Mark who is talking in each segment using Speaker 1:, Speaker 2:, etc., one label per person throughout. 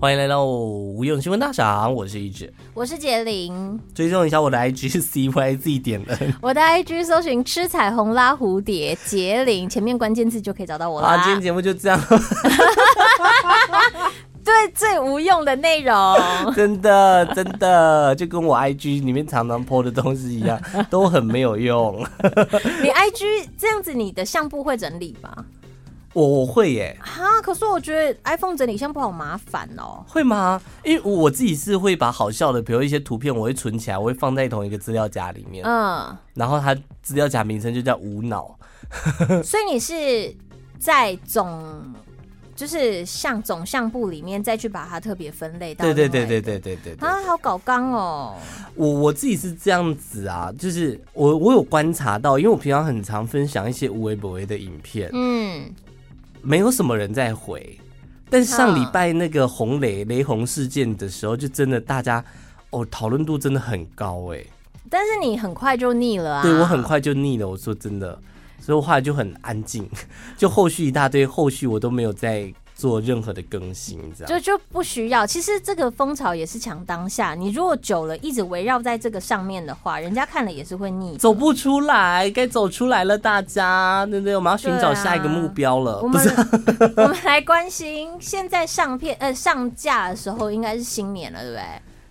Speaker 1: 欢迎来到无用新闻大赏，我是一直
Speaker 2: 我是杰林，
Speaker 1: 追踪一下我的 IG C Y Z 点 N。
Speaker 2: 我的 IG 搜寻“吃彩虹拉蝴蝶”，杰林前面关键字就可以找到我啦
Speaker 1: 啊，。今天节目就这样，
Speaker 2: 对，最无用的内容，
Speaker 1: 真的真的就跟我 IG 里面常常 po 的东西一 样，都很没有用。
Speaker 2: 你 IG 这样子，你的相簿会整理吧？
Speaker 1: 我我会耶，
Speaker 2: 哈，可是我觉得 iPhone 整理相簿好麻烦哦。
Speaker 1: 会吗？因为我自己是会把好笑的，比如一些图片，我会存起来，我会放在同一个资料夹里面，
Speaker 2: 嗯，
Speaker 1: 然后它资料夹名称就叫无脑。
Speaker 2: 所以你是在总。就是像总相簿里面再去把它特别分类到
Speaker 1: 对
Speaker 2: 另外
Speaker 1: 对
Speaker 2: 一个，
Speaker 1: 对对对对对对。
Speaker 2: 啊，好搞纲哦，
Speaker 1: 我我自己是这样子啊，就是我我有观察到，因为我平常很常分享一些无微不微的影片，
Speaker 2: 嗯，
Speaker 1: 没有什么人在回。但是上礼拜那个红雷雷红事件的时候，就真的大家哦讨论度真的很高哎、
Speaker 2: 但是你很快就腻了啊，
Speaker 1: 对我很快就腻了，我说真的，所以我后来就很安静， 就后续一大堆，后续我都没有再做任何的更新，这样
Speaker 2: 就就不需要。其实这个风潮也是抢当下，你如果久了一直围绕在这个上面的话，人家看了也是会腻。
Speaker 1: 走不出来，该走出来了，大家对不对？我们要寻找
Speaker 2: 对啊
Speaker 1: 下一个目标了，
Speaker 2: 我
Speaker 1: 不
Speaker 2: 们
Speaker 1: 是
Speaker 2: 我们来关心，现在上片呃上架的时候应该是新年了，对不对？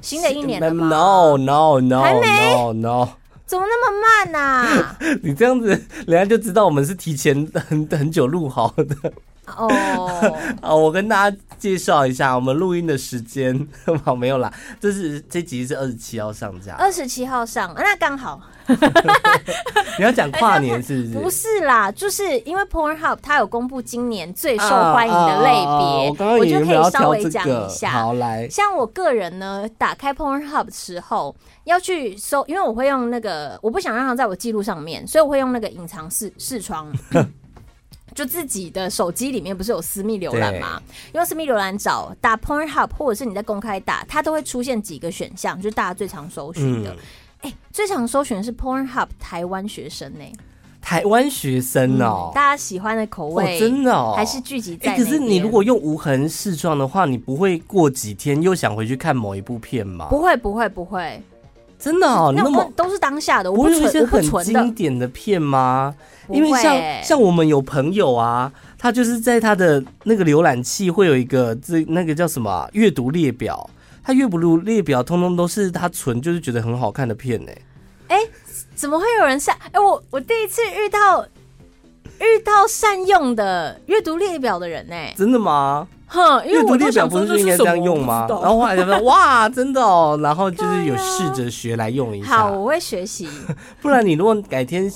Speaker 2: 新的一年了 吧
Speaker 1: No no no
Speaker 2: 还没
Speaker 1: no no，
Speaker 2: 怎么那么慢呐、啊？
Speaker 1: 你这样子，人家就知道我们是提前很很久录好的
Speaker 2: 哦，
Speaker 1: 啊。我跟大家介绍一下，我们录音的时间， 好没有啦，这是这集是二十七号上架，
Speaker 2: 二十七号上，那刚好
Speaker 1: 你要讲跨年是不是？
Speaker 2: 哎不是啦，就是因为 Pornhub 它有公布今年最受欢迎的类别，
Speaker 1: 啊啊啊我刚刚
Speaker 2: 我
Speaker 1: 以
Speaker 2: 就
Speaker 1: 为
Speaker 2: 可
Speaker 1: 要
Speaker 2: 以稍
Speaker 1: 挑这
Speaker 2: 微
Speaker 1: 个，
Speaker 2: 讲一下。
Speaker 1: 好来，
Speaker 2: 像我个人呢，打开 Pornhub 的时候要去搜，因为我会用那个，我不想让它在我记录上面，所以我会用那个隐藏视视窗。 就自己的手机里面不是有私密浏览吗？用私密浏览找打 Pornhub，或者是你在公开打，它都会出现几个选项，就是大家最常搜寻的。
Speaker 1: 嗯
Speaker 2: 哎、最常搜寻的是 Pornhub 台湾学生呢、
Speaker 1: 台湾学生哦
Speaker 2: 嗯，大家喜欢的口味，
Speaker 1: 哦真的哦，
Speaker 2: 还是聚集在
Speaker 1: 哎、
Speaker 2: 那
Speaker 1: 可
Speaker 2: 边、
Speaker 1: 是你如果用无痕视窗的话，你不会过几天又想回去看某一部片吗？
Speaker 2: 不会不会不会，
Speaker 1: 真的哦，
Speaker 2: 那
Speaker 1: 那
Speaker 2: 我
Speaker 1: 么
Speaker 2: 都是当下的，我
Speaker 1: 不
Speaker 2: 不
Speaker 1: 会有一
Speaker 2: 存
Speaker 1: 些
Speaker 2: 我不
Speaker 1: 很
Speaker 2: 存的
Speaker 1: 经。典的片吗？因为
Speaker 2: 不会
Speaker 1: 像像我们有朋友啊，他就是在他的那个浏览器会有一个这那个叫什么啊阅、读列表，他阅读列表通通都是他存就是觉得很好看的片呢、
Speaker 2: 怎么会有人善？哎、我我第一次遇到遇到善用的阅读列表的人呢、欸
Speaker 1: 真的吗？
Speaker 2: 哼，因为
Speaker 1: 阅读
Speaker 2: 我
Speaker 1: 列
Speaker 2: 都
Speaker 1: 表
Speaker 2: 想
Speaker 1: 不
Speaker 2: 说这
Speaker 1: 是应该
Speaker 2: 什
Speaker 1: 这
Speaker 2: 么
Speaker 1: 样用吗？然后后来就说哇，真的哦，然后就是有试着学来用一
Speaker 2: 啊好，
Speaker 1: 下，
Speaker 2: 我会 学习。
Speaker 1: 不然你如果改天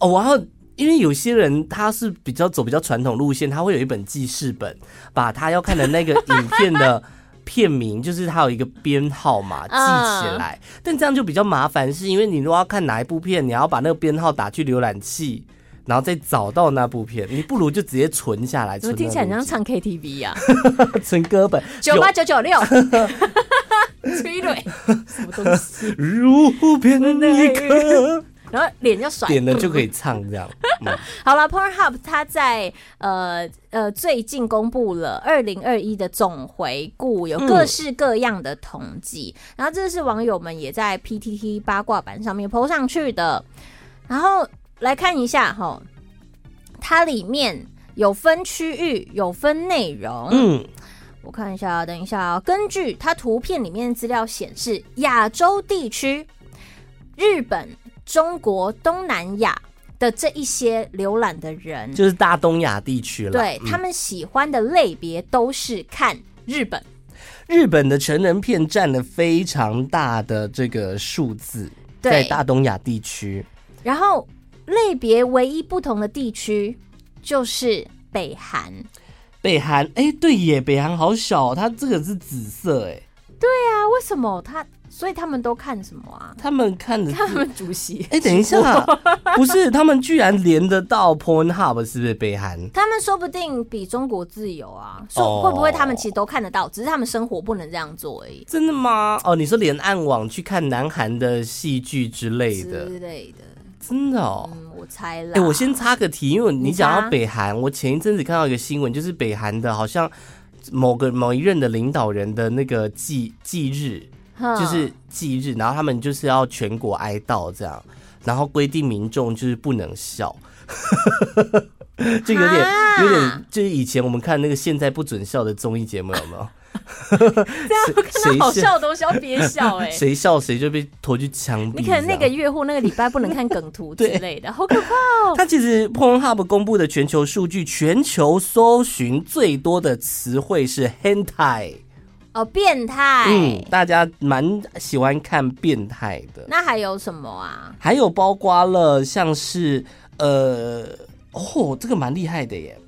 Speaker 1: 哦，然后。因为有些人他是比较走比较传统路线，他会有一本记事本，把他要看的那个影片的片名，就是他有一个编号 嘛，记起来。
Speaker 2: 啊
Speaker 1: 但这样就比较麻烦，是因为你如果要看哪一部片，你要把那个编号打去浏览器，然后再找到那部片，你不如就直接存下来。
Speaker 2: 怎么
Speaker 1: 存
Speaker 2: 听起来很
Speaker 1: 那
Speaker 2: 像
Speaker 1: 部
Speaker 2: 唱 KTV 呀、啊？
Speaker 1: 片存歌本？
Speaker 2: 九八九九六， 催泪，什么东西？
Speaker 1: 如片一刻，
Speaker 2: 然后脸要甩。
Speaker 1: 点了就可以唱这样。嗯、
Speaker 2: 好了，Pornhub 它在呃呃最近公布了二零二一的总回顾，有各式各样的统计，然后这是网友们也在 PTT 八卦版上面 PO 上去的，然后来看一下哈，它里面有分区域，有分内容，
Speaker 1: 嗯，
Speaker 2: 我看一下，等一下啊、根据它图片里面的资料显示，亚洲地区、日本、中国、东南亚的这一些浏览的人，
Speaker 1: 就是大东亚地区了。
Speaker 2: 对、
Speaker 1: 嗯
Speaker 2: 他们喜欢的类别都是看日本。
Speaker 1: 日本的成人片占了非常大的这个数字，
Speaker 2: 对
Speaker 1: 在大东亚地区。
Speaker 2: 然后类别唯一不同的地区就是北韩。
Speaker 1: 北韩，哎、对耶，北韩好小、哦，它这个是紫色，哎，
Speaker 2: 啊，为什么他？所以他们都看什 么啊？
Speaker 1: 他们看的，
Speaker 2: 看他们主席。
Speaker 1: 哎、等一 下，不是，他们居然连得到 Pornhub，是不是北韩？
Speaker 2: 他们说不定比中国自由啊，
Speaker 1: 哦
Speaker 2: 说会不会他们其实都看得到，只是他们生活不能这样做而已。
Speaker 1: 真的吗？哦，你说连暗网去看南韩的戏剧之类的，
Speaker 2: 之类的。
Speaker 1: 真的哦。
Speaker 2: 嗯，我猜啦。
Speaker 1: 哎、我先插个题，因为你
Speaker 2: 你
Speaker 1: 讲到
Speaker 2: 插
Speaker 1: 北韩，我前一阵子看到一个新闻，就是北韩的，好像某个某一任的领导人的那个忌忌日，
Speaker 2: 哼
Speaker 1: 就是忌日，然后他们就是要全国哀悼这样，然后规定民众就是不能笑， 就有点
Speaker 2: 啊
Speaker 1: 有点，就是以前我们看那个现在不准笑的综艺节目有没有？
Speaker 2: 这样看到好笑的东西要憋笑哎、
Speaker 1: 谁笑谁就被拖去枪毙。
Speaker 2: 你可能那个
Speaker 1: 这样
Speaker 2: 月或那个礼拜不能看梗 图之类的，好可怕哦！
Speaker 1: 它其实 Pornhub 公布的全球数据，全球搜寻最多的词汇是 hentai，
Speaker 2: 哦，变态。
Speaker 1: 嗯，大家蛮喜欢看变态的。
Speaker 2: 那还有什么啊？
Speaker 1: 还有包括了像是呃，哦，这个蛮厉害的耶。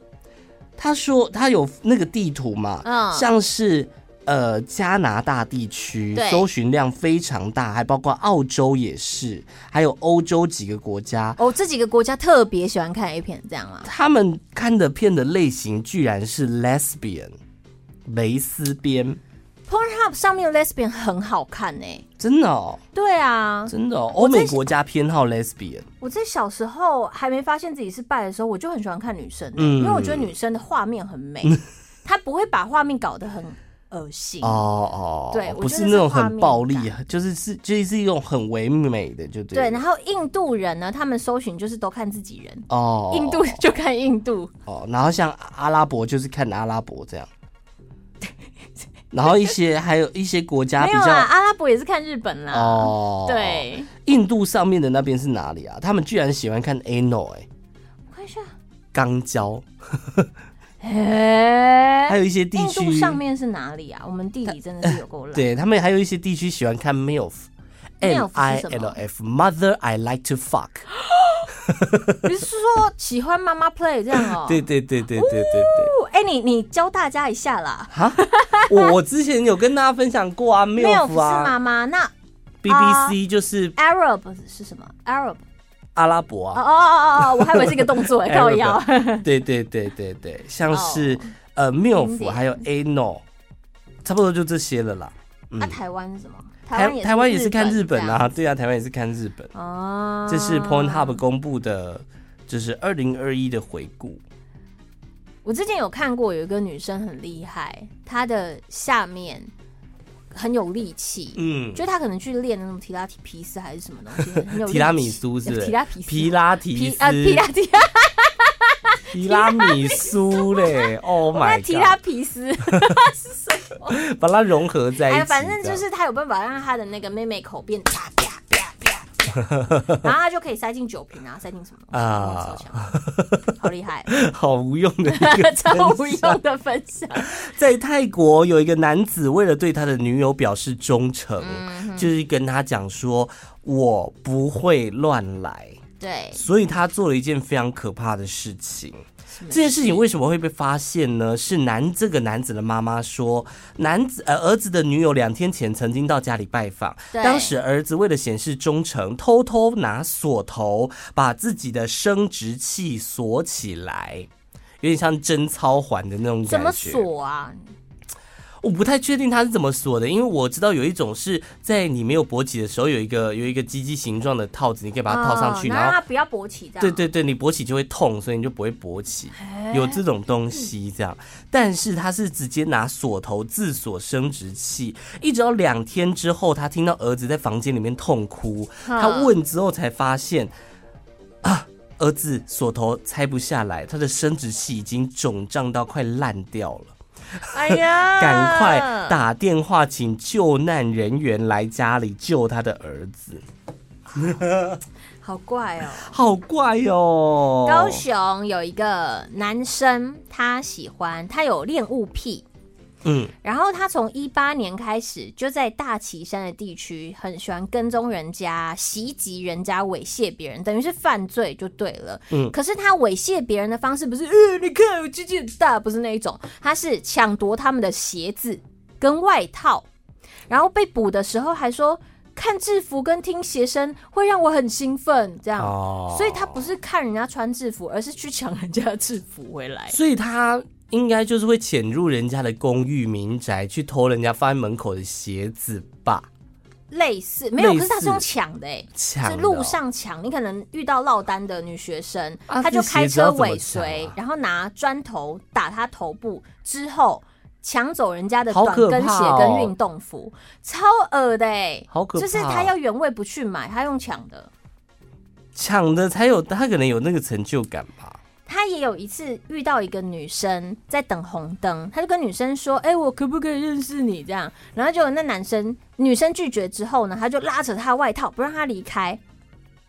Speaker 1: 他说他有那个地图嘛，
Speaker 2: 嗯
Speaker 1: 像是呃加拿大地区
Speaker 2: 对
Speaker 1: 搜寻量非常大，还包括澳洲也是，还有欧洲几个国家，
Speaker 2: 哦，这几个国家特别喜欢看 A 片，这样啊吗？
Speaker 1: 他们看的片的类型居然是 lesbian，蕾丝边，
Speaker 2: Pornhub 上面的 lesbian 很好看呢、
Speaker 1: 真的哦，
Speaker 2: 对啊，
Speaker 1: 真的哦，欧美国家偏好 lesbian，
Speaker 2: 我在小时候还没发现自己是拜的时候，我就很喜欢看女生的、
Speaker 1: 嗯
Speaker 2: 因为我觉得女生的画面很美， 她不会把画面搞得很恶心。
Speaker 1: 哦哦，
Speaker 2: 对我
Speaker 1: 不
Speaker 2: 觉
Speaker 1: 是
Speaker 2: 得
Speaker 1: 那
Speaker 2: 是
Speaker 1: 种
Speaker 2: 画
Speaker 1: 很
Speaker 2: 面
Speaker 1: 暴力
Speaker 2: 感，
Speaker 1: 就是是就是一种很唯美的，就对
Speaker 2: 对，
Speaker 1: 了。
Speaker 2: 然后印度人呢，他们搜寻就是都看自己人，
Speaker 1: 哦，
Speaker 2: 印度就看印度，
Speaker 1: 哦，然后像阿拉伯就是看阿拉伯这样， 然后一些还有一些国家
Speaker 2: 没
Speaker 1: 比
Speaker 2: 有啦，
Speaker 1: 较
Speaker 2: 阿拉伯也是看日本啦。
Speaker 1: 哦，，
Speaker 2: 对，
Speaker 1: 印度上面的那边是哪里啊？他们居然喜欢看 anal 哎、
Speaker 2: 我看一下，
Speaker 1: 肛交，
Speaker 2: 哎、
Speaker 1: 还有一些地
Speaker 2: 印
Speaker 1: 区
Speaker 2: 度上面是哪里啊？我们地理真的是有够 烂。
Speaker 1: 对他们还有一些地区喜欢看 milf。M
Speaker 2: MILF
Speaker 1: I
Speaker 2: 是什
Speaker 1: L
Speaker 2: 么
Speaker 1: F Mother I like to fuck，
Speaker 2: 你是说喜欢妈妈 play 这样哦、
Speaker 1: 对对对对对对对，
Speaker 2: 哦，哎、你你教大家一下啦。哦
Speaker 1: 我我之前有跟大家分享过啊
Speaker 2: 没有，
Speaker 1: ，milf
Speaker 2: 不是啊
Speaker 1: 啊
Speaker 2: 妈妈。那
Speaker 1: ，BBC 就是
Speaker 2: Arab 是什么？Arab
Speaker 1: 阿拉伯
Speaker 2: 哦哦
Speaker 1: 啊，
Speaker 2: 哦哦，哦，我还以为是一个动作 哎，靠腰。
Speaker 1: 对对对对对，像是
Speaker 2: 哦
Speaker 1: 呃
Speaker 2: 经
Speaker 1: milf
Speaker 2: 典
Speaker 1: 还有 anal，差不多就这些了啦。嗯
Speaker 2: 那台湾是什么？
Speaker 1: 台台湾也是看日本
Speaker 2: 这样
Speaker 1: 啊，对啊，台湾也是看日本。
Speaker 2: 哦，
Speaker 1: 这是 Pornhub 公布的，就是二零二一的回顾。
Speaker 2: 我之前有看过，有一个女生很厉害，她的下面很有力气，
Speaker 1: 嗯，
Speaker 2: 就她可能去练那种提拉提皮斯还是什么东西，很有力气
Speaker 1: 提拉米苏是不是？
Speaker 2: 提拉皮斯
Speaker 1: 皮拉提
Speaker 2: 皮
Speaker 1: 斯
Speaker 2: 啊提拉提拉
Speaker 1: 提拉米苏 嘞！Oh
Speaker 2: 那
Speaker 1: my
Speaker 2: 提拉
Speaker 1: god！
Speaker 2: 皮斯，
Speaker 1: 把它融合在一
Speaker 2: 哎，
Speaker 1: 起，
Speaker 2: 反正
Speaker 1: 这
Speaker 2: 就
Speaker 1: 样
Speaker 2: 是她有办法让她的那个妹妹口变啪啪啪啪。啪然后她就可以塞进酒瓶啊，塞进什么东西
Speaker 1: 啊
Speaker 2: 忘记了好厉害！
Speaker 1: 好无用的一个
Speaker 2: 超无
Speaker 1: 分享
Speaker 2: 用的分享。
Speaker 1: 在泰国有一个男子为了对他的女友表示忠诚，
Speaker 2: 嗯
Speaker 1: 就是跟他讲说我不会乱来，
Speaker 2: 对，
Speaker 1: 所以他做了一件非常可怕的事情。这件事情为什么会被发现呢？是男这个男子的妈妈说，男子呃儿子的女友两天前曾经到家里拜访，
Speaker 2: 对
Speaker 1: 当时儿子为了显示忠诚，偷偷拿锁头把自己的生殖器锁起来，有点像贞操环的那种感觉。
Speaker 2: 怎么锁啊？
Speaker 1: 我不太确定它是怎么锁的，因为我知道有一种是在你没有勃起的时候，有一个有一个鸡鸡形状的套子，你可以把它套上去，
Speaker 2: 嗯然后
Speaker 1: 然后
Speaker 2: 它不要勃起，这样
Speaker 1: 对对对，你勃起就会痛，所以你就不会勃起，
Speaker 2: 哎
Speaker 1: 有这种东西这样。但是他是直接拿锁头自锁生殖器，一直到两天之后，他听到儿子在房间里面痛哭，
Speaker 2: 嗯
Speaker 1: 他问之后才发现啊。儿子锁头拆不下来，他的生殖器已经肿胀到快烂掉了。
Speaker 2: 哎呀，
Speaker 1: 赶快打电话请救难人员来家里救他的儿子，
Speaker 2: 好怪哦。
Speaker 1: 好怪哦！
Speaker 2: 高雄有一个男生，他喜欢他有恋物癖，
Speaker 1: 嗯，
Speaker 2: 然后他从一八年开始就在大旗山的地区很喜欢跟踪人家、袭击人家、猥亵别人，等于是犯罪就对了。
Speaker 1: 嗯
Speaker 2: 可是他猥亵别人的方式不是，呃，你看我鸡鸡很大，不是那一种，他是抢夺他们的鞋子跟外套，然后被捕的时候还说。看制服跟听鞋声会让我很兴奋，这样，
Speaker 1: 哦
Speaker 2: 所以他不是看人家穿制服，而是去抢人家的制服回来。
Speaker 1: 所以他应该就是会潜入人家的公寓民宅去偷人家放在门口的鞋子吧？
Speaker 2: 类似没有，
Speaker 1: 类
Speaker 2: 可
Speaker 1: 似
Speaker 2: 是他是用抢的、欸，
Speaker 1: 抢的
Speaker 2: 是
Speaker 1: 哦
Speaker 2: 路上抢。你可能遇到落单的女学生，
Speaker 1: 啊
Speaker 2: 她就开车
Speaker 1: 这鞋
Speaker 2: 尾
Speaker 1: 子要怎么
Speaker 2: 随，
Speaker 1: 抢啊
Speaker 2: 然后拿砖头打她头部之后。抢走人家的
Speaker 1: 好
Speaker 2: 短
Speaker 1: 可
Speaker 2: 跟
Speaker 1: 怕
Speaker 2: 鞋跟
Speaker 1: 哦
Speaker 2: 运动服，超恶的哎、
Speaker 1: 好可怕哦！
Speaker 2: 就是他要原位不去买，他用抢的。
Speaker 1: 抢的才有，他可能有那个成就感吧。
Speaker 2: 他也有一次遇到一个女生在等红灯，他就跟女生说：“哎、我可不可以认识你？”这样，然后结果那男生女生拒绝之后呢，他就拉扯他的外套不让他离开，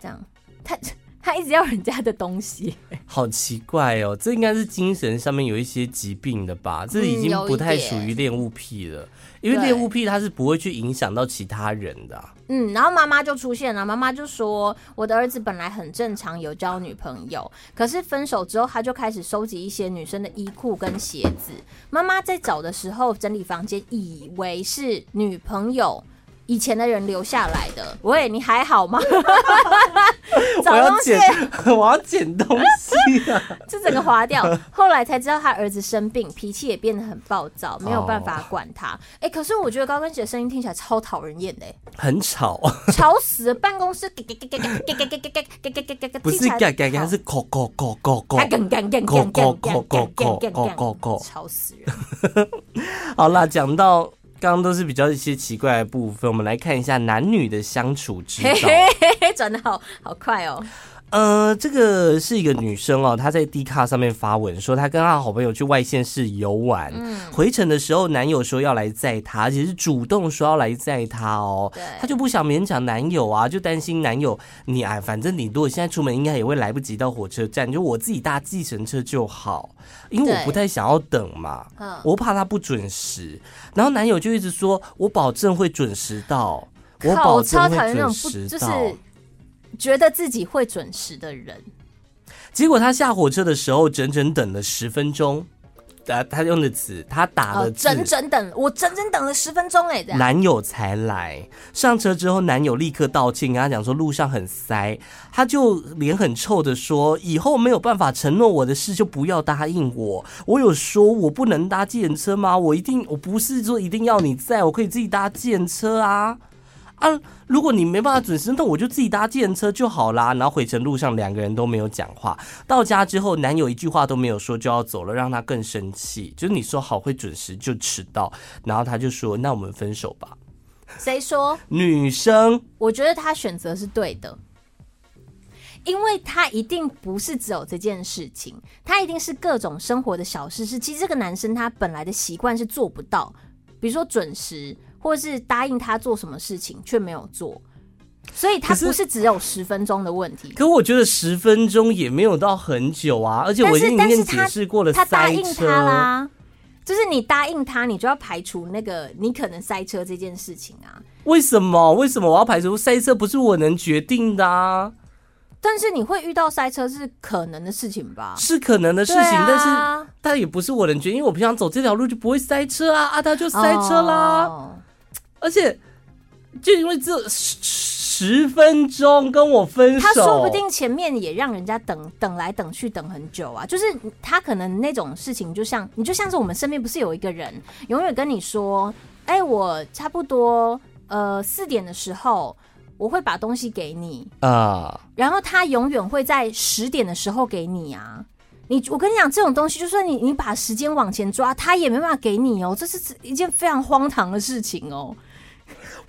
Speaker 2: 这样他 他一直要人家的东西，
Speaker 1: 好奇怪哦，这应该是精神上面有一些疾病的吧？这已经不太属于恋物癖
Speaker 2: 嗯
Speaker 1: 了，因为
Speaker 2: 对
Speaker 1: 恋物癖它是不会去影响到其他人的啊、
Speaker 2: 嗯，然后妈妈就出现了，妈妈就说：“我的儿子本来很正常，有交女朋友，可是分手之后他就开始收集一些女生的衣裤跟鞋子。妈妈在找的时候整理房间，以为是女朋友。”以前的人留下来的，喂，你还好吗？
Speaker 1: 我
Speaker 2: 找
Speaker 1: 要
Speaker 2: 东西
Speaker 1: 捡， 我要捡东西啊！
Speaker 2: 就整个划掉。后来才知道他儿子生病，脾气也变得很暴躁，没有办
Speaker 1: 哦
Speaker 2: 法管他。哎、可是我觉得高跟鞋的声音听起来超讨人厌的、
Speaker 1: 很吵，
Speaker 2: 吵死了！办公室嘎嘎嘎嘎嘎嘎嘎嘎嘎嘎嘎嘎嘎，
Speaker 1: 不是嘎嘎嘎，是咕咕咕咕咕。
Speaker 2: 干干干干干干干干干，吵死人！
Speaker 1: 好啦，讲到刚刚都是比较一些奇怪的部分，我们来看一下男女的相处之道。
Speaker 2: 嘿嘿嘿，转的好好快哦。
Speaker 1: 呃，这个是一个女生哦，她在 D 卡上面发文说，她跟她好朋友去外县市游玩，
Speaker 2: 嗯
Speaker 1: 回程的时候男友说要来载她，而且是主动说要来载她哦
Speaker 2: 对，
Speaker 1: 她就不想勉强男友啊，就担心男友你哎，反正你如果现在出门，应该也会来不及到火车站，就我自己搭计程车就好，因为我
Speaker 2: 对
Speaker 1: 不太想要等嘛
Speaker 2: 嗯，
Speaker 1: 我怕她不准时，然后男友就一直说我保证会准时到，我
Speaker 2: 靠，
Speaker 1: 保
Speaker 2: 我
Speaker 1: 证
Speaker 2: 超
Speaker 1: 会
Speaker 2: 讨厌那
Speaker 1: 准
Speaker 2: 种不
Speaker 1: 时
Speaker 2: 就
Speaker 1: 到。
Speaker 2: 是觉得自己会准时的人。
Speaker 1: 结果他下火车的时候，整整等了十分钟。呃，他用的词，他打
Speaker 2: 哦
Speaker 1: 的，字，
Speaker 2: 整整等我整整等了十分钟哎，这样
Speaker 1: 男友才来。上车之后，男友立刻道歉，跟他讲说路上很塞，他就脸很臭的说，以后没有办法承诺我的事就不要答应我。我有说我不能搭计程车吗？我一定，我不是说一定要你在，我可以自己搭计程车啊。啊，如果你没办法准时，那我就自己搭计程车就好啦。然后回程路上两个人都没有讲话，到家之后男友一句话都没有说就要走了，让她更生气。就是你说好会准时就迟到，然后他就说那我们分手吧。
Speaker 2: 谁说？
Speaker 1: 女生
Speaker 2: 我觉得他选择是对的，因为他一定不是只有这件事情，他一定是各种生活的小事是。其实这个男生他本来的习惯是做不到，比如说准时，或是答应他做什么事情却没有做，所以他
Speaker 1: 可是
Speaker 2: 不是只有十分钟的问题。
Speaker 1: 可我觉得十分钟也没有到很久啊，而且我已经
Speaker 2: 但
Speaker 1: 已
Speaker 2: 是
Speaker 1: 经
Speaker 2: 但是他
Speaker 1: 解释过了
Speaker 2: 他答
Speaker 1: 塞
Speaker 2: 应他
Speaker 1: 车，
Speaker 2: 啦，就是你答应他，你就要排除那个你可能塞车这件事情啊。
Speaker 1: 为什么？为什么我要排除塞车？不是我能决定的啊，
Speaker 2: 但是你会遇到塞车是可能的事情吧？
Speaker 1: 是可能的事
Speaker 2: 对
Speaker 1: 情，
Speaker 2: 啊
Speaker 1: 但是但也不是我能决定，因为我平常走这条路就不会塞车啊，啊，他就塞车啦。
Speaker 2: 哦
Speaker 1: 而且就因为这十十分钟跟我分手，
Speaker 2: 他说不定前面也让人家等等来等去等很久啊，就是他可能那种事情，就像你就像是我们身边不是有一个人永远跟你说，哎、我差不多呃四点的时候我会把东西给你，
Speaker 1: 啊、
Speaker 2: 然后他永远会在十点的时候给你啊。你我跟你讲，这种东西就算你你把时间往前抓，他也没办法给你哦，这是一件非常荒唐的事情哦。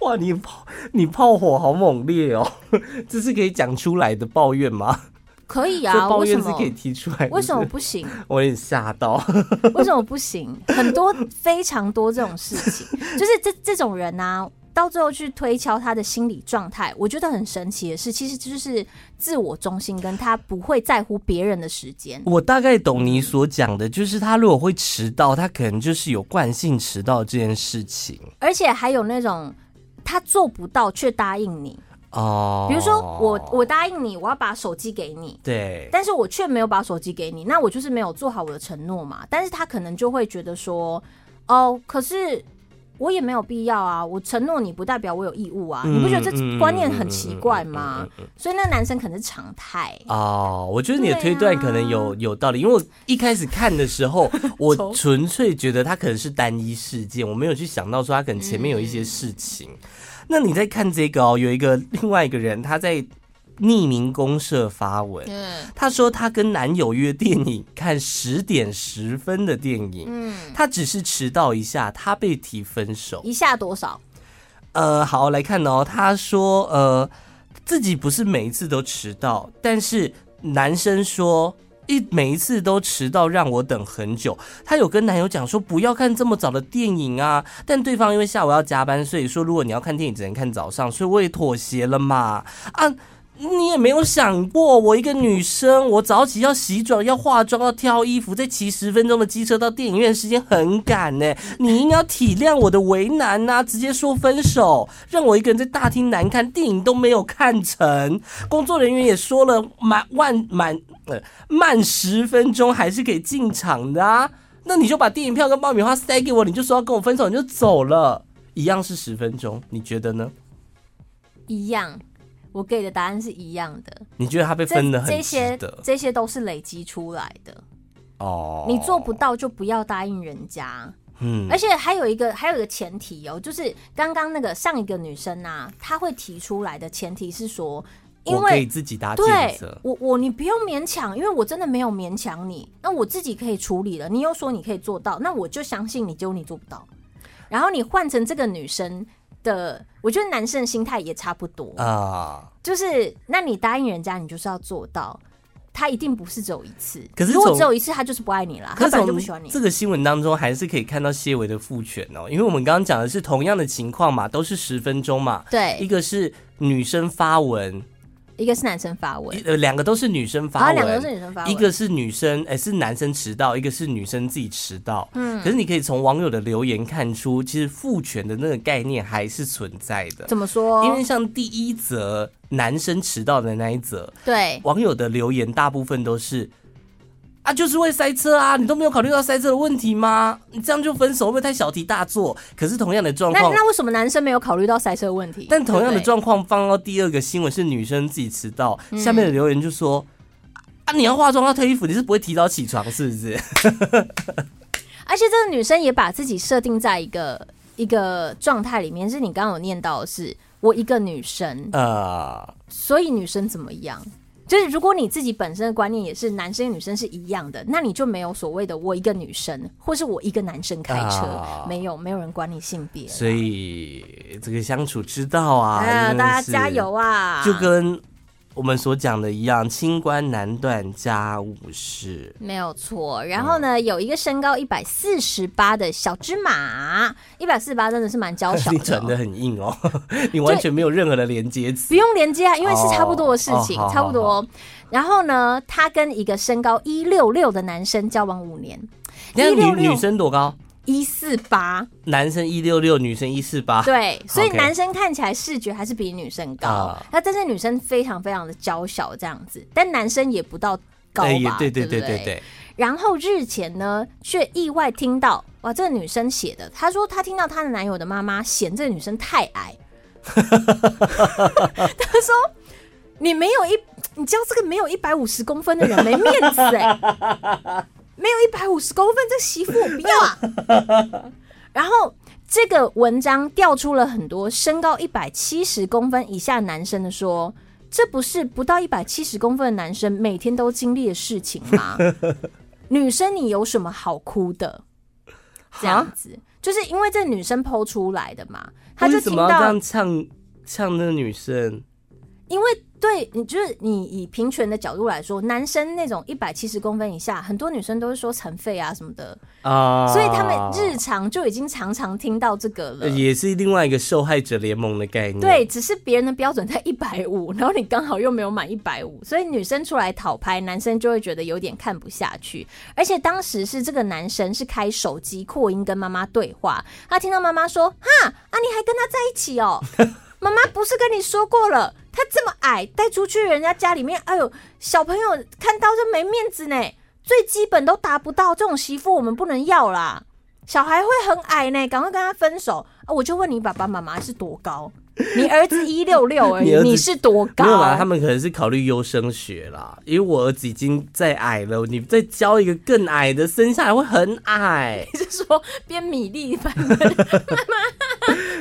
Speaker 1: 哇，你炮你炮火好猛烈哦， 这是可以讲出来的抱怨吗？
Speaker 2: 可以
Speaker 1: 这
Speaker 2: 啊，
Speaker 1: 抱
Speaker 2: 为什
Speaker 1: 怨是
Speaker 2: 么
Speaker 1: 可？以提出来的，
Speaker 2: 为什么不行？
Speaker 1: 我有点吓到。
Speaker 2: 为什么不行？很多非常多这种事情，就是这这种人啊，到最后去推敲他的心理状态，我觉得很神奇的是，其实就是自我中心，跟他不会在乎别人的时间。
Speaker 1: 我大概懂你所讲的，就是他如果会迟到，他可能就是有惯性迟到这件事情
Speaker 2: 而且还有那种他做不到却答应你，
Speaker 1: 哦。
Speaker 2: 比如说我我答应你，我要把手机给你。
Speaker 1: 对，
Speaker 2: 但是我却没有把手机给你，那我就是没有做好我的承诺嘛。但是他可能就会觉得说，哦，可是我也没有必要啊，我承诺你不代表我有义务
Speaker 1: 嗯
Speaker 2: 啊，你不觉得这观念很奇怪吗？所以那男生可能是常态，
Speaker 1: 哦，我觉得你的
Speaker 2: 对
Speaker 1: 推断
Speaker 2: 啊
Speaker 1: 可能有、有道理，因为我一开始看的时 候，我
Speaker 2: 愁
Speaker 1: 纯粹觉得它可能是单一事件，我没有去想到说它可
Speaker 2: 嗯
Speaker 1: 能前面有一些事情。那你在看这个哦，有一个另外一个人他在匿名公社发文，
Speaker 2: 嗯
Speaker 1: 她说她跟男友约电影，看十点十分的电影，
Speaker 2: 嗯，
Speaker 1: 她只是迟到一下，她被提分手。
Speaker 2: 一下多少？
Speaker 1: 呃，好来看哦，她说呃自己不是每一次都迟到，但是男生说。一每一次都迟到，让我等很久。她有跟男友讲说不要看这么早的电影啊，但对方因为下午要加班，所以说如果你要看电影只能看早上，所以我也妥协了嘛。啊，你也没有想过，我一个女生，我早起要洗澡、要化妆、要挑衣服，再骑十分钟的机车到电影院，时间很赶呢。你应该要体谅我的为难呐、直接说分手，让我一个人在大厅难看，电影都没有看成。工作人员也说了，满万满呃慢十分钟还是可以进场的啊。那你就把电影票跟爆米花塞给我，你就说要跟我分手，你就走了。一样是十分钟，你觉得呢？
Speaker 2: 一样，我给的答案是一样的。
Speaker 1: 你觉得他被
Speaker 2: 这
Speaker 1: 分的很
Speaker 2: 这
Speaker 1: 值
Speaker 2: 些
Speaker 1: 得
Speaker 2: 这些都是累积出来的，
Speaker 1: 哦？
Speaker 2: 你做不到就不要答应人家。
Speaker 1: 嗯
Speaker 2: 而且还有一个还有一个前提哦，就是刚刚那个上一个女生啊，她会提出来的前提是说，因
Speaker 1: 我可以
Speaker 2: 为
Speaker 1: 自己打
Speaker 2: 对
Speaker 1: 检测。
Speaker 2: 我我你不用勉强，因为我真的没有勉强你，那我自己可以处理了。你又说你可以做到，那我就相信你，结果你做不到。然后你换成这个女生的，我觉得男生的心态也差不多，
Speaker 1: 啊。
Speaker 2: 就是那你答应人家，你就是要做到。他一定不是只有一次，
Speaker 1: 可是
Speaker 2: 如果
Speaker 1: 从
Speaker 2: 只有一次，他就是不爱你啦，
Speaker 1: 可
Speaker 2: 他
Speaker 1: 是
Speaker 2: 本来就
Speaker 1: 从
Speaker 2: 不喜欢你。
Speaker 1: 这个新闻当中，还是可以看到谢维的父权哦，因为我们刚刚讲的是同样的情况嘛，都是十分钟嘛，一
Speaker 2: 对，
Speaker 1: 个是女生发文，
Speaker 2: 一个是男生发文
Speaker 1: 一，呃，两个都是女生
Speaker 2: 然
Speaker 1: 发
Speaker 2: 后
Speaker 1: 文，
Speaker 2: 啊两个都是女生发文，
Speaker 1: 一个是女生，哎、是男生迟到，一个是女生自己迟到。
Speaker 2: 嗯
Speaker 1: 可是你可以从网友的留言看出，其实父权的那个概念还是存在的。
Speaker 2: 怎么说？
Speaker 1: 因为像第一则男生迟到的那一则，
Speaker 2: 对
Speaker 1: 网友的留言大部分都是啊，就是会塞车啊，你都没有考虑到塞车的问题吗？你这样就分手会不会太小题大做？可是同样的状
Speaker 2: 那
Speaker 1: 况，
Speaker 2: 那为什么男生没有考虑到塞车问题？
Speaker 1: 但同样的
Speaker 2: 对不对
Speaker 1: 状况放到第二个新闻是女生自己迟到，
Speaker 2: 嗯
Speaker 1: 下面的留言就说。啊！你要化妆要脱衣服，你是不会提早起床是不 是？
Speaker 2: 而且这个女生也把自己设定在一个一个状态里面，是你刚刚有念到的是我一个女生，
Speaker 1: 呃，
Speaker 2: 所以女生怎么样？就是如果你自己本身的观念也是男生跟女生是一样的，那你就没有所谓的我一个女生或是我一个男生开车，
Speaker 1: 啊
Speaker 2: 没有没有人管你性别。
Speaker 1: 所以这个相处之道啊，
Speaker 2: 哎呀，
Speaker 1: 真的
Speaker 2: 大家
Speaker 1: 是
Speaker 2: 加油啊！
Speaker 1: 嗯就跟我们所讲的一样，清官难断家务事。
Speaker 2: 没有错，然后
Speaker 1: 嗯
Speaker 2: 呢，有一个身高一百四十八的小芝麻，一百四十八真的是蛮娇 小
Speaker 1: 你
Speaker 2: 的
Speaker 1: 转
Speaker 2: 哦、
Speaker 1: 的很硬哦，你完全没有任何的连接词
Speaker 2: 不用连接啊，因为是差不多的事情，
Speaker 1: 哦哦好
Speaker 2: 差不多。然后呢，她跟一个身高一六六的男生交往五年，
Speaker 1: 那女
Speaker 2: 166
Speaker 1: 女生多高？
Speaker 2: 一四八，
Speaker 1: 男生一六六，女生一四 八。
Speaker 2: 对，所以
Speaker 1: OK
Speaker 2: 男生看起来视觉还是比女生高
Speaker 1: 啊，
Speaker 2: 那、但是女生非常非常的娇小这样子，但男生也不到高
Speaker 1: 哎也
Speaker 2: 吧，
Speaker 1: 对
Speaker 2: 对
Speaker 1: 对
Speaker 2: 不
Speaker 1: 对对，
Speaker 2: 然后日前呢，却意外听到哇，这个女生写的，她说她听到她的男友的妈妈嫌这个女生太矮，她说你没有一，你教这个没有一百五十公分的人没面子哎、 没有一百五十公分这媳妇我不要啊。然后这个文章调出了很多身高一百七十公分以下男生的说。这不是不到一百七十公分的男生每天都经历的事情吗？ 女生你有什么好哭的？这样子，就是因为这女生剖出来的嘛，她就
Speaker 1: 为什
Speaker 2: 听
Speaker 1: 么要这
Speaker 2: 到
Speaker 1: 样，呛呛那个女生？
Speaker 2: 因为对你就是你以平权的角度来说，男生那种一百七十公分以下，很多女生都是说残废啊什么的，
Speaker 1: 啊，呃哎
Speaker 2: 所以他们日常就已经常常听到这个了。
Speaker 1: 也是另外一个受害者联盟的概念。
Speaker 2: 对，，只是别人的标准在一百五，然后你刚好又没有满一百五，所以女生出来讨拍，男生就会觉得有点看不下去。而且当时是这个男生是开手机扩音跟妈妈对话，他听到妈妈说：“哈啊，你还跟他在一起哦？妈妈不是跟你说过了，他这么矮，带出去人家家里面，哎呦，小朋友看到就没面子呢，最基本都达不到，这种媳妇我们不能要啦。”小孩会很矮呢，赶快跟他分手啊！我就问你爸爸妈妈是多高？你儿子一六六而
Speaker 1: 你
Speaker 2: 已，
Speaker 1: 儿子
Speaker 2: 你是多高
Speaker 1: 没？有 啦，他们可能是考虑优生学啦，因为我儿子已经在矮了，你再教一个更矮的， 生下来会很矮。
Speaker 2: 是说编米粒版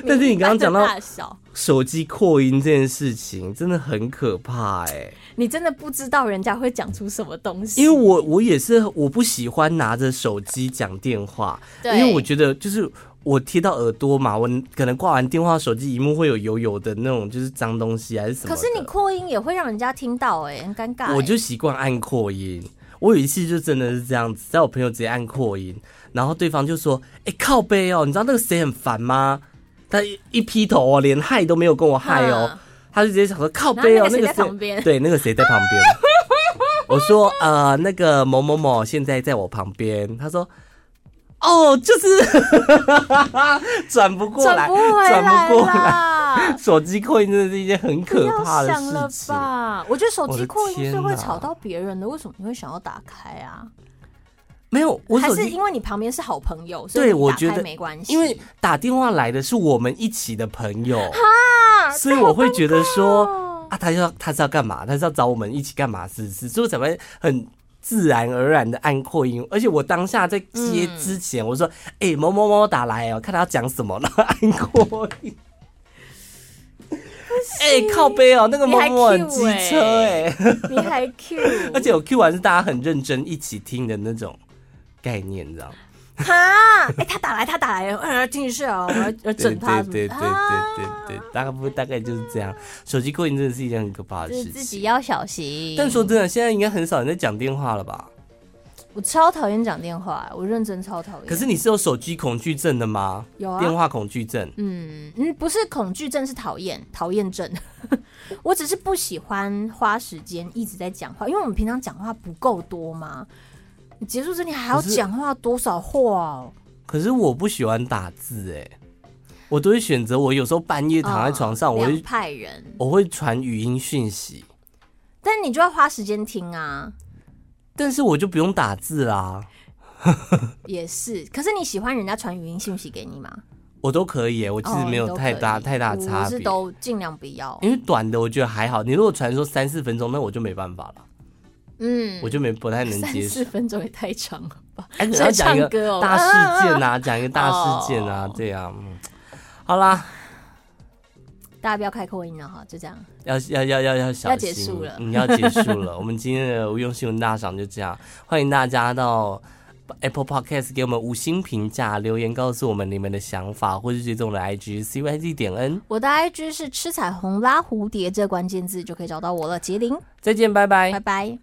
Speaker 1: 但是你刚刚讲到
Speaker 2: 大小，
Speaker 1: 手机扩音这件事情，真的很可怕哎、
Speaker 2: 你真的不知道人家会讲出什么东西，
Speaker 1: 因为我我也是我不喜欢拿着手机讲电话，因
Speaker 2: 对
Speaker 1: 为我觉得就是我贴到耳朵嘛，我可能挂完电话，手机荧幕会有油油的那种，就是脏东西还是什么的。
Speaker 2: 可是你扩音也会让人家听到、哎，很尴尬、哎
Speaker 1: 我就习惯按扩音。我有一次就真的是这样子，在我朋友直接按扩音，然后对方就说：“哎、靠背哦，你知道那个谁很烦吗？他一一劈头哦，连嗨都没有跟我嗨哦，
Speaker 2: 嗯
Speaker 1: 他就直接想说靠背哦，
Speaker 2: 然后那个谁
Speaker 1: 个
Speaker 2: 在旁边
Speaker 1: 对，那个谁在旁边。我说呃，那个某某某现在在我旁边。他说哦，就是 转不过来，
Speaker 2: 转不回
Speaker 1: 转
Speaker 2: 来
Speaker 1: 不过来。
Speaker 2: 啦。
Speaker 1: 手机扩音真的是一件很
Speaker 2: 不
Speaker 1: 可
Speaker 2: 要
Speaker 1: 怕的
Speaker 2: 想
Speaker 1: 事
Speaker 2: 了
Speaker 1: 情。
Speaker 2: 吧！我觉得手
Speaker 1: 我
Speaker 2: 机
Speaker 1: 的
Speaker 2: 扩音是
Speaker 1: 天
Speaker 2: 会
Speaker 1: 哪
Speaker 2: 吵到别人的，为什么你会想要打开啊？
Speaker 1: 没有，我
Speaker 2: 还
Speaker 1: 手
Speaker 2: 是
Speaker 1: 机
Speaker 2: 因为你旁边是好朋友，所以
Speaker 1: 对
Speaker 2: 你
Speaker 1: 我
Speaker 2: 打
Speaker 1: 觉
Speaker 2: 开
Speaker 1: 得
Speaker 2: 没关系。
Speaker 1: 因为打电话来的是我们一起的朋友，所以我会觉得说啊，他要他是要干嘛？他是要找我们一起干嘛？是不是？所以我才会很自然而然的按扩音。而且我当下在接之前，我
Speaker 2: 嗯
Speaker 1: 说：“哎、某某某打来哦，看他要讲什么，然后按扩音。”哎、靠背哦，那个某某很机车
Speaker 2: 欸
Speaker 1: 哎、
Speaker 2: 你还 Q，
Speaker 1: 而且我 Q 完是大家很认真一起听的那种概念，你知道吗？
Speaker 2: 哈，哎，他打来，他打来，呃，听一下哦，我要要整他什么
Speaker 1: 对对
Speaker 2: 的
Speaker 1: 对
Speaker 2: 啊
Speaker 1: 对对对，大概不大概就是这样。手机过瘾真的是一件很可怕的
Speaker 2: 就是
Speaker 1: 事
Speaker 2: 自己
Speaker 1: 情。
Speaker 2: 要小心。
Speaker 1: 但说真的，现在应该很少人在讲电话了吧？
Speaker 2: 啊我超讨厌讲电话，我认真超讨厌。
Speaker 1: 可是你是有手机恐惧症的吗？
Speaker 2: 有啊
Speaker 1: 电话恐惧症。
Speaker 2: 嗯嗯，不是恐惧症，是讨厌讨厌症。 我只是不喜欢花时间一直在讲话，因为我们平常讲话不够多嘛。你结束之前还要
Speaker 1: 可是
Speaker 2: 讲话多少话哦？
Speaker 1: 可是我不喜欢打字、哎，我都会选择我有时候半夜躺在床上，
Speaker 2: 嗯
Speaker 1: 我
Speaker 2: 两
Speaker 1: 会
Speaker 2: 派人，
Speaker 1: 我会传语音讯息，
Speaker 2: 但你就要花时间听啊，
Speaker 1: 但是我就不用打字啦，
Speaker 2: 也是。可是你喜欢人家传语音信息给你吗？
Speaker 1: 我都可以、哎我其实
Speaker 2: 哦
Speaker 1: 没有
Speaker 2: 你都
Speaker 1: 太
Speaker 2: 可
Speaker 1: 大、
Speaker 2: 以
Speaker 1: 太大差
Speaker 2: 我是
Speaker 1: 别。
Speaker 2: 都尽量不要。
Speaker 1: 因为短的我觉得还好，你如果传说三四分钟，那我就没办法了，
Speaker 2: 嗯，
Speaker 1: 我就没不太能
Speaker 2: 三
Speaker 1: 接受
Speaker 2: 四。分钟也太长了吧？
Speaker 1: 哎，你要讲一
Speaker 2: 在唱歌
Speaker 1: 个
Speaker 2: 哦
Speaker 1: 大事件 呐、讲一个大事件啊
Speaker 2: 哦，
Speaker 1: 这样。嗯好啦，
Speaker 2: 大家不要开扩音了哈，就这样。
Speaker 1: 要要要要要小心，
Speaker 2: 要结束了
Speaker 1: 嗯，要结束了。我 们今天的无用新闻大赏就这样，欢迎大家到 Apple Podcast 给我们五星评价，留言告诉我们你们的想法，或是追踪我们的 IG CYZ 点 N。
Speaker 2: 我的 IG 是吃彩虹拉蝴蝶这关键字就可以找到我了，杰林，
Speaker 1: 再见，拜拜
Speaker 2: 拜。拜。